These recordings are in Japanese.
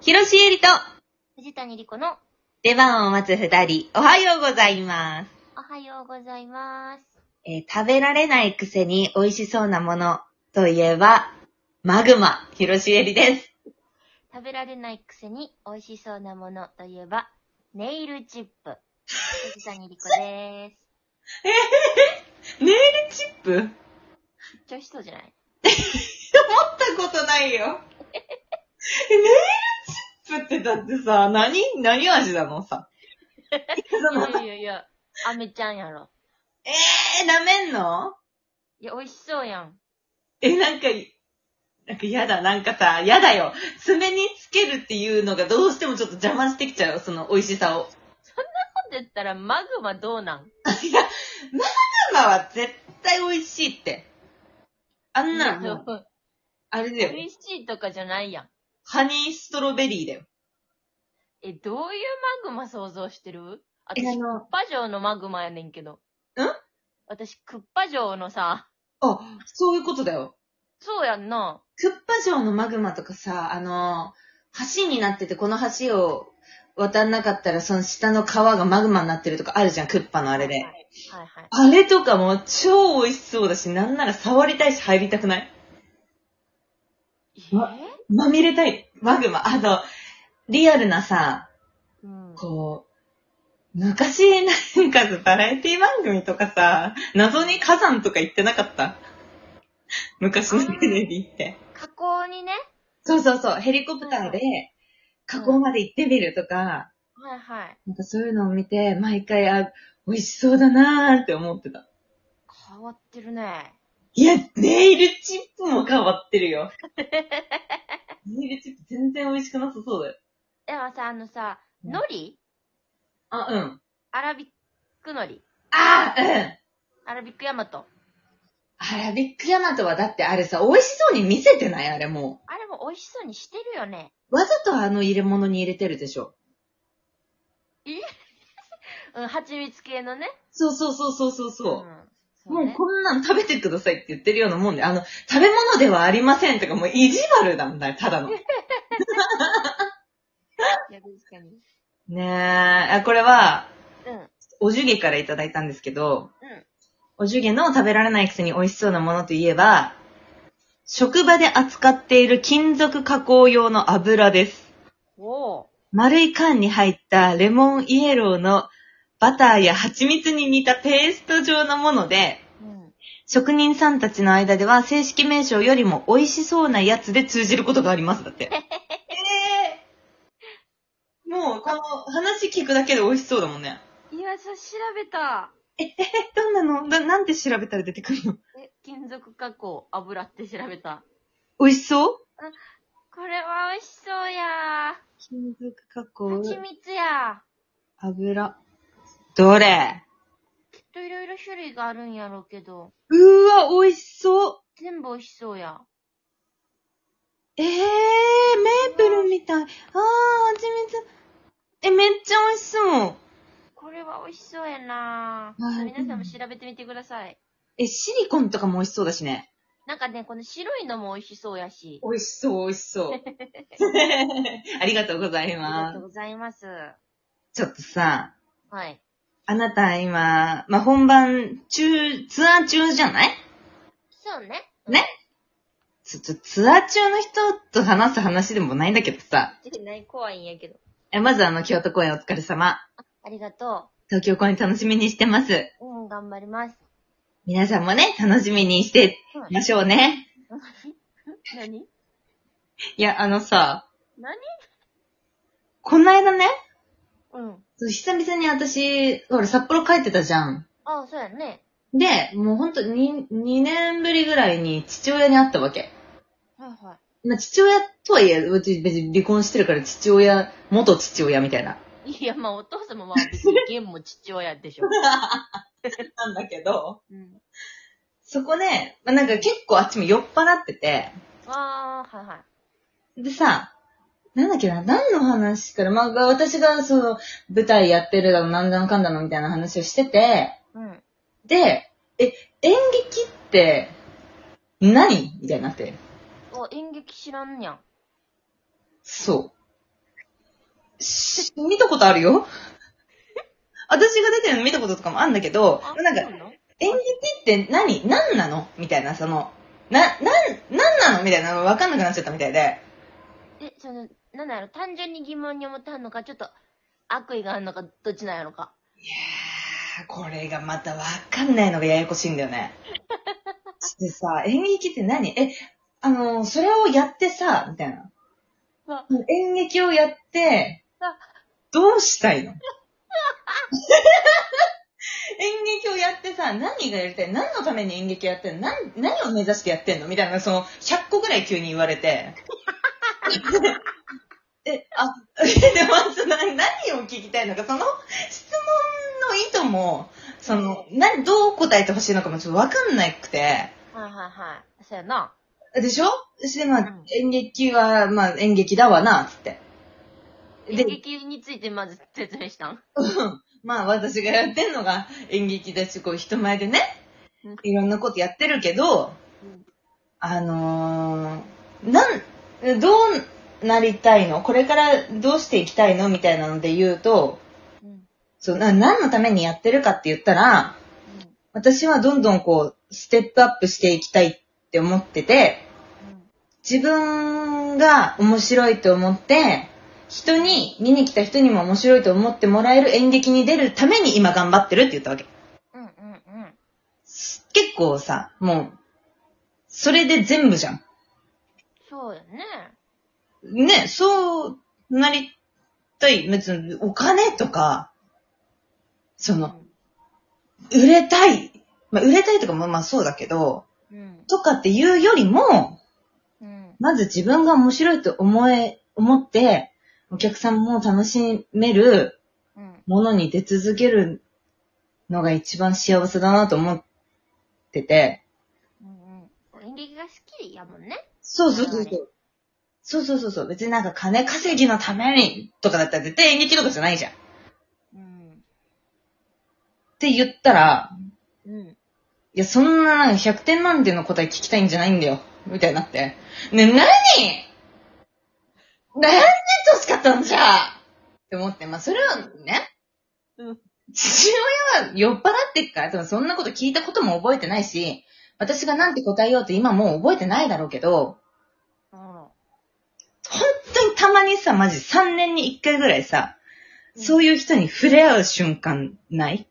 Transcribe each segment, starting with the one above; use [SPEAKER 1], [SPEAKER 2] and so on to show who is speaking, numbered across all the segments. [SPEAKER 1] 広しえりと
[SPEAKER 2] 藤谷莉子の
[SPEAKER 1] 出番を待つ二人、おはようございます。
[SPEAKER 2] おはようございます。
[SPEAKER 1] えー食べられないくせに美味しそうなものといえば、マグマ、広しえりです。
[SPEAKER 2] 食べられないくせに美味しそうなものといえば、ネイルチップ。藤谷莉子でーす。
[SPEAKER 1] ネイルチップ思っ
[SPEAKER 2] めっちゃ美味しそうじゃない
[SPEAKER 1] たことない よ。ネイルチップってだってさ、何、何味なのさ。
[SPEAKER 2] いやいやいや、アメちゃんやろ。
[SPEAKER 1] えー、舐めんの
[SPEAKER 2] いや、美味しそうやん。
[SPEAKER 1] え、なんか、なんか嫌だ、なんかさ、嫌だよ。爪につけるっていうのがどうしてもちょっと邪魔してきちゃう、その美味しさを。
[SPEAKER 2] なんで言ったらマグマどうなん
[SPEAKER 1] いや、マグマは絶対美味しいって。あんなのもう、
[SPEAKER 2] 美
[SPEAKER 1] あれだよ。
[SPEAKER 2] 味しいとかじゃないやん。
[SPEAKER 1] ハニーストロベリーだよ。
[SPEAKER 2] え、どういうマグマ想像してる私、
[SPEAKER 1] え、
[SPEAKER 2] ク
[SPEAKER 1] あ
[SPEAKER 2] ッ
[SPEAKER 1] の、
[SPEAKER 2] パ城のマグマやねんけど。ん私、クッパ城のさ、
[SPEAKER 1] あ、そういうことだよ。
[SPEAKER 2] そうやんな。
[SPEAKER 1] クッパ城のマグマとかさ、あの、橋になってて、この橋を渡んなかったら、その下の川がマグマになってるとかあるじゃん、クッパのあれで。
[SPEAKER 2] はいはいはい。
[SPEAKER 1] あれとかも超美味しそうだし、なんなら触りたいし入りたくない
[SPEAKER 2] え
[SPEAKER 1] ままみれたい。マグマ。あの、リアルなさ、
[SPEAKER 2] うん。
[SPEAKER 1] こう、昔なんかさバラエティ番組とかさ、謎に火山とか行ってなかった昔のテレビって。
[SPEAKER 2] 加工にね。
[SPEAKER 1] そうそうそう、ヘリコプターで火口まで行ってみるとか、
[SPEAKER 2] はいはい。
[SPEAKER 1] なんかそういうのを見て、毎回、あ、美味しそうだなーって思ってた。
[SPEAKER 2] 変わってるね。
[SPEAKER 1] いや、ネイルチップも変わってるよ。 ネイルチップ全然美味しくなさそうだよ。
[SPEAKER 2] でもさ、あのさ、
[SPEAKER 1] うん
[SPEAKER 2] 海苔
[SPEAKER 1] あ、うん。
[SPEAKER 2] アラビック海苔。
[SPEAKER 1] あー、うん。
[SPEAKER 2] アラビックヤマト。
[SPEAKER 1] あら、ビッグヤマトはだってあれさ、美味しそうに見せてないあれも
[SPEAKER 2] あれも美味しそうにしてるよね。
[SPEAKER 1] う。わざとあの入れ物に入れてるでしょ。
[SPEAKER 2] うん、蜂蜜系のね。
[SPEAKER 1] そうそうそうそうそうそう。
[SPEAKER 2] ん。そ
[SPEAKER 1] も
[SPEAKER 2] う
[SPEAKER 1] う
[SPEAKER 2] ね。
[SPEAKER 1] こんなん食べてくださいって言ってるようなもんで、あの、食べ物ではありませんとか、もう意地悪なんだよ、ただ の。
[SPEAKER 2] いや、確かに。
[SPEAKER 1] ねえ、あこれは、
[SPEAKER 2] うん。うん。
[SPEAKER 1] おじゅげからいただいたんですけど、おじゅげの食べられないくせに美味しそうなものといえば、職場で扱っている金属加工用の油です。
[SPEAKER 2] おー。
[SPEAKER 1] 丸い缶に入ったレモンイエローのバターや蜂蜜に似たペースト状のもので、
[SPEAKER 2] うん。
[SPEAKER 1] 職人さんたちの間では正式名称よりも美味しそうなやつで通じることがあります。だ って。えー、もう、この話聞くだけで美味しそうだもんね。
[SPEAKER 2] いや、さ、調べた。
[SPEAKER 1] え、どんなのな、なんて調べたら出てくるの
[SPEAKER 2] え、金属加工、油って調べた。
[SPEAKER 1] 美味しそう
[SPEAKER 2] これは美味しそうや
[SPEAKER 1] 金属加
[SPEAKER 2] ー。
[SPEAKER 1] 工、
[SPEAKER 2] 蜂蜜や
[SPEAKER 1] 油。どれ
[SPEAKER 2] ー。きっといろいろ種類があるんやろうけど、
[SPEAKER 1] うーわ、美味しそう
[SPEAKER 2] 全部美味しそうや。
[SPEAKER 1] ええー、メープルみたい。あー、蜂蜜。え、めっちゃ美味しそう。
[SPEAKER 2] これは美味しそうやな
[SPEAKER 1] は
[SPEAKER 2] ぁ。
[SPEAKER 1] い
[SPEAKER 2] 皆さんも調べてみてください。
[SPEAKER 1] え、シリコンとかも美味しそうだしね。
[SPEAKER 2] なんかね、この白いのも美味しそうやし。
[SPEAKER 1] 美味しそう、美味し そう。ありがとうござい
[SPEAKER 2] ありが
[SPEAKER 1] ま
[SPEAKER 2] とう
[SPEAKER 1] す。
[SPEAKER 2] ございます。
[SPEAKER 1] ちょっとさ、
[SPEAKER 2] はい。
[SPEAKER 1] あなた今、まあ、本番中、ツアー中じゃない
[SPEAKER 2] そうね。
[SPEAKER 1] ねちょっとツアー中の人と話す話でもないんだけどさ。
[SPEAKER 2] うん。ない怖いんやけど。
[SPEAKER 1] え、まずあの、京都公演お疲れ様。
[SPEAKER 2] ありがと
[SPEAKER 1] 東京公演楽しみにしてます。
[SPEAKER 2] う。うん、頑張ります。
[SPEAKER 1] 皆さんもね、楽しみにして
[SPEAKER 2] うん
[SPEAKER 1] ましょうね。
[SPEAKER 2] 何
[SPEAKER 1] いや、あのさ、
[SPEAKER 2] 何
[SPEAKER 1] こないだね、
[SPEAKER 2] うん。
[SPEAKER 1] そう久々に私、ほら、札幌帰ってたじゃん。
[SPEAKER 2] ああ、そうやね。
[SPEAKER 1] で、もうほんとに、2年ぶりぐらいに父親に会ったわけ。
[SPEAKER 2] はいはい。
[SPEAKER 1] まあ、父親とはいえ、うち別に離婚してるから父親、元父親みたいな。
[SPEAKER 2] いや、まあお父様は別にゲンも父親でし ょ。
[SPEAKER 1] なんだけど、
[SPEAKER 2] うん。
[SPEAKER 1] そこね、まあ、なんか結構あっちも酔っ払ってて、
[SPEAKER 2] ああ、はいはい。
[SPEAKER 1] でさ、なんだっけな、何の話したら、まあ、私がその、舞台やってるだの、なんだのかんだのみたいな話をしてて、
[SPEAKER 2] うん。
[SPEAKER 1] で、え、演劇って何、みたいになって。
[SPEAKER 2] お、演劇知らんやん。
[SPEAKER 1] そし見たことあるよ。 私が出てるの見たこととかもあんだけど、なんか、
[SPEAKER 2] か、
[SPEAKER 1] って何何なのみたいな、その、な、なん、なんなのみたいなの分かんなくなっちゃったみたいで。
[SPEAKER 2] え、その、なんだろう、単純に疑問に思ったのか、ちょっと悪意があるのか、どっちなんやろか。
[SPEAKER 1] いやー、これがまた分かんないのがややこしいんだよね。してさ、 演劇って何え、あのーそれをやってさ、みたいな。
[SPEAKER 2] わ
[SPEAKER 1] 演劇をやって
[SPEAKER 2] わ、
[SPEAKER 1] どうしたいの 演劇をやってさ、何がやりたい何のために演劇やってんの何何を目指してやってんのみたいな、その、100個ぐらい急に言われて。え、あ、 えでもその、何を聞きたいのか、その、質問の意図も、その、な、どう答えてほしいのかもちょっとわかんなくて。
[SPEAKER 2] はいはいはい。そうやな。
[SPEAKER 1] でしょして、まあ
[SPEAKER 2] うん、
[SPEAKER 1] 演劇は、まあ、演劇だわな、つって。
[SPEAKER 2] 演
[SPEAKER 1] で、
[SPEAKER 2] 劇についてまず説明したん
[SPEAKER 1] まあ、私がやってんのが演劇だし、こう、人前でね
[SPEAKER 2] うん、
[SPEAKER 1] いろんなことやってるけど、あのー、なん、どうなりたいのこれからどうしていきたいのみたいなので言うと、
[SPEAKER 2] うん。うん。
[SPEAKER 1] そう、な何のためにやってるかって言ったら、私はどんどんこう、ステップアップしていきたいって思ってて、
[SPEAKER 2] うん。
[SPEAKER 1] 自分が面白いと思って、人に、見に来た人にも面白いと思ってもらえる演劇に出るために今頑張ってるって言ったわけ。
[SPEAKER 2] うん。うん。うん。
[SPEAKER 1] 結構さ、もう、それで全部じゃん。
[SPEAKER 2] そうやね。
[SPEAKER 1] ね、そうなりたい。別に、お金とか、そうの、
[SPEAKER 2] ん。
[SPEAKER 1] 売れたい。まあ、売れたいとかもまあそうだけど、
[SPEAKER 2] うん。
[SPEAKER 1] とかっていうよりも、
[SPEAKER 2] うん。
[SPEAKER 1] まず自分が面白いと思え、思って、お客さんも楽しめる、
[SPEAKER 2] うん。
[SPEAKER 1] ものに出続けるのが一番幸せだなと思ってて。
[SPEAKER 2] うん。うん。演劇が好きやもんね。
[SPEAKER 1] そうそうそうそう。そうそうそうそう。別になんか金稼ぎのためにとかだったら絶対演劇とかじゃないじゃん。っ
[SPEAKER 2] うん。
[SPEAKER 1] て言ったら、
[SPEAKER 2] うん。
[SPEAKER 1] いや、そんななんか100点満点の答え聞きたいんじゃないんだよ。みたいになって。ね、何何やって欲しかったんじゃって思って。まあ、それはね。
[SPEAKER 2] うん
[SPEAKER 1] 父親は酔っ払ってっから、多分そんなこと聞いたことも覚えてないし、私がなんて答えようって今もう覚えてないだろうけど、
[SPEAKER 2] あ
[SPEAKER 1] 本当にたまにさ、マジ3年に1回ぐらいさ、そういう人に触れ合う瞬間ない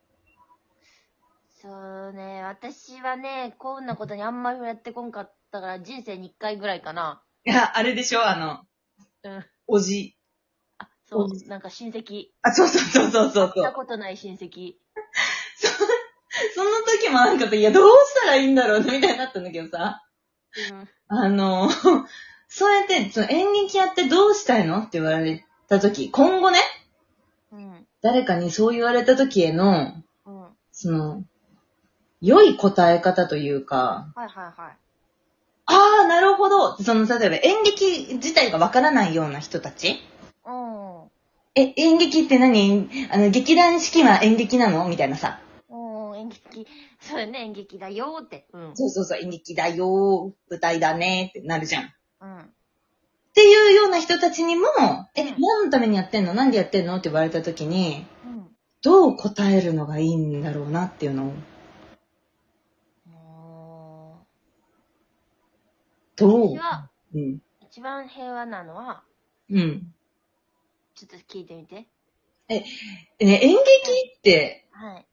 [SPEAKER 2] そうね、私はね、幸運なことにあんまり触れてこんかったから、人生に一回ぐらいかな。
[SPEAKER 1] いや、あれでしょあの、
[SPEAKER 2] うん。
[SPEAKER 1] おじ。
[SPEAKER 2] あ、そう
[SPEAKER 1] う、
[SPEAKER 2] なんか親戚。
[SPEAKER 1] あ、そうそうそうそうそう
[SPEAKER 2] し
[SPEAKER 1] そう
[SPEAKER 2] た。ことない親戚。
[SPEAKER 1] その時もなんかさ、いや、どうしたらいいんだろうなみたいになったんだけどさ、
[SPEAKER 2] うん。
[SPEAKER 1] あの、 そうやって、その演劇やってどうしたいのって言われた時、今後ね、
[SPEAKER 2] うん。
[SPEAKER 1] 誰かにそう言われた時への、
[SPEAKER 2] うん。はい
[SPEAKER 1] その、良い答え方というか、
[SPEAKER 2] はいはい。
[SPEAKER 1] ああ、なるほど。その、例えば演劇自体がわからないような人たち
[SPEAKER 2] うん。
[SPEAKER 1] え、演劇って何あの、劇団四季は演劇なのみたいなさ。
[SPEAKER 2] うん、演劇、そうだね、演劇だよーって。うん。
[SPEAKER 1] そうそうそう、演劇だよー、舞台だねーってなるじゃん。
[SPEAKER 2] うん。
[SPEAKER 1] っていうような人たちにも、え、
[SPEAKER 2] うん
[SPEAKER 1] 何のためにやってんの何でやってんのって言われた時に、
[SPEAKER 2] うん。
[SPEAKER 1] どう答えるのがいいんだろうなっていうのを、
[SPEAKER 2] もう、
[SPEAKER 1] どう
[SPEAKER 2] 私は、
[SPEAKER 1] うん。
[SPEAKER 2] 一番平和なのは、
[SPEAKER 1] うん。
[SPEAKER 2] ちょっと聞いてみて。
[SPEAKER 1] でね、演劇って、
[SPEAKER 2] はい。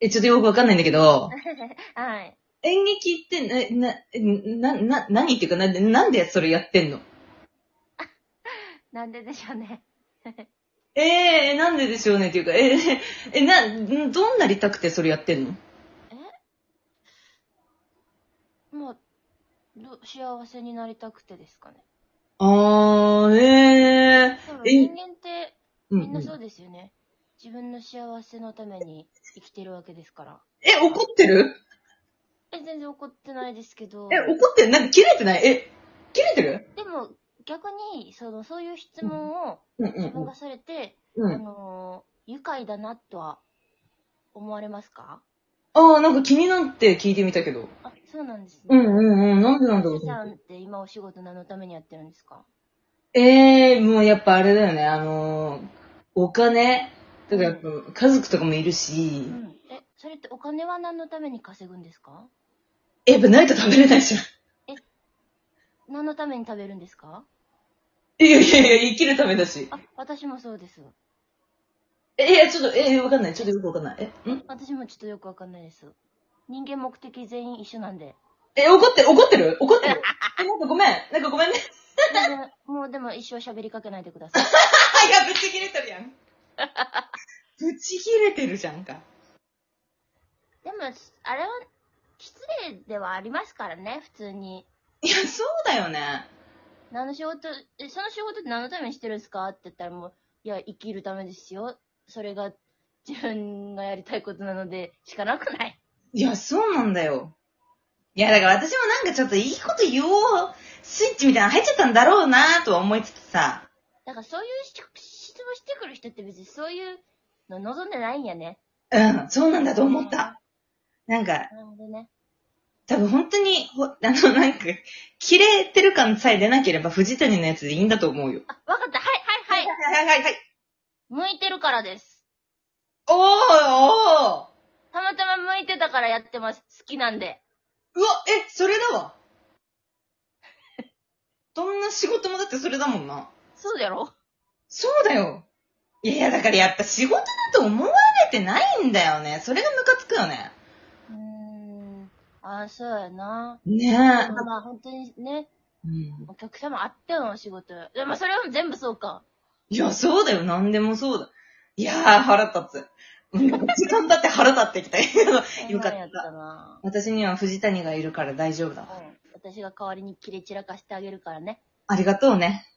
[SPEAKER 1] え、ちょっとよくわかんないんだけど、
[SPEAKER 2] はい。
[SPEAKER 1] 演劇って、な、な、な、な、何っていうか、ななんでそれやってんの
[SPEAKER 2] なんででしょうね。
[SPEAKER 1] えー、なんででしょうねっていうか、えー、え、な、んどうなりたくてそれやってんの
[SPEAKER 2] もう、ど幸せになりたくてですかね。
[SPEAKER 1] あー、え
[SPEAKER 2] 多分
[SPEAKER 1] え
[SPEAKER 2] 人間って、
[SPEAKER 1] ー。
[SPEAKER 2] みんなそううですよね。自分の幸せのために生きてるわけですから。
[SPEAKER 1] え、怒ってる
[SPEAKER 2] え、全然怒ってないですけど。
[SPEAKER 1] え、怒ってるなんか切れてないえ、切れてる
[SPEAKER 2] でも、逆に、その、そういう質問を
[SPEAKER 1] うんう
[SPEAKER 2] 自分
[SPEAKER 1] ん
[SPEAKER 2] がされて、
[SPEAKER 1] うん。うん
[SPEAKER 2] あのー愉快だなとは思われますか
[SPEAKER 1] ああ、なんか気になって聞いてみたけど。
[SPEAKER 2] あ、そうなんですね。
[SPEAKER 1] うんうんうん、なんでなんだろ
[SPEAKER 2] ゆきさん
[SPEAKER 1] う。
[SPEAKER 2] って今お仕事何のためにやってるんですか
[SPEAKER 1] ええー、もうやっぱあれだよね、あのー、お金、だから、
[SPEAKER 2] う
[SPEAKER 1] 家族とかもいるし
[SPEAKER 2] う、ん。え、それってお金は何のために稼ぐんですか
[SPEAKER 1] やっぱないと食べれないじゃん。
[SPEAKER 2] 何のために食べるんですか
[SPEAKER 1] いやいやいや、生きるためだし。
[SPEAKER 2] あ、私もそうです。
[SPEAKER 1] え、いや、ちょっと、え、わかんない。ちょっとよくわかんない。え、ん
[SPEAKER 2] 私もちょっとよくわかんないです。人間目的全員一緒なんで。
[SPEAKER 1] え、怒ってる怒ってる怒ってるえ、なんかごめん。なんかごめんね。
[SPEAKER 2] 全然もうでも一生喋りかけないでください。
[SPEAKER 1] あ、いや、ぶち切れてるやん。ぶち切れてるじゃんか。
[SPEAKER 2] でも、あれは失礼ではありますからね、普通に。
[SPEAKER 1] いや、そうだよね。
[SPEAKER 2] 何の仕事、え、その仕事って何のためにしてるんですかって言ったらもう、いや、生きるためですよ。それが自分がやりたいことなので、しかなくない。
[SPEAKER 1] いや、そうなんだよ。いや、だから私もなんかちょっといいこと言おう、スイッチみたいなの入っちゃったんだろうなとは思いつつさ。
[SPEAKER 2] だからそういうし質問してくる人って別にそういうの望んでないんやね。
[SPEAKER 1] うん、そうなんだと思った。なんか、
[SPEAKER 2] なるほどね。
[SPEAKER 1] 多分本当に、ほ あの、なんか、切れてる感さえ出なければ藤谷のやつでいいんだと思うよ。
[SPEAKER 2] あ、わかった。はい、はい、はい。
[SPEAKER 1] はいはいはい。
[SPEAKER 2] 向いてるからです。
[SPEAKER 1] おーおー
[SPEAKER 2] たまたま向いてたからやってます。好きなんで。
[SPEAKER 1] うわ、え、それだ わ。どんな仕事もだってそれだもんな。
[SPEAKER 2] そうやろ
[SPEAKER 1] そうだよ。いやいや、だからやっぱ仕事だと思われてないんだよね。それがムカつくよね。
[SPEAKER 2] うーん。あー、そうやな。
[SPEAKER 1] ね
[SPEAKER 2] でもまあ本当にね、
[SPEAKER 1] え。うん。
[SPEAKER 2] お客様あってのお仕事。でもそれは全部そうか。
[SPEAKER 1] いや、そうだよ。何でもそうだ。いやー、腹立つ。なんか時間だって腹立ってきた。 よかっ。
[SPEAKER 2] そんなんやったたな。
[SPEAKER 1] 私には藤谷がいるから大丈夫だわ。
[SPEAKER 2] うん。私が代わりに切れ散らかしてあげるからね。
[SPEAKER 1] ありがとうね。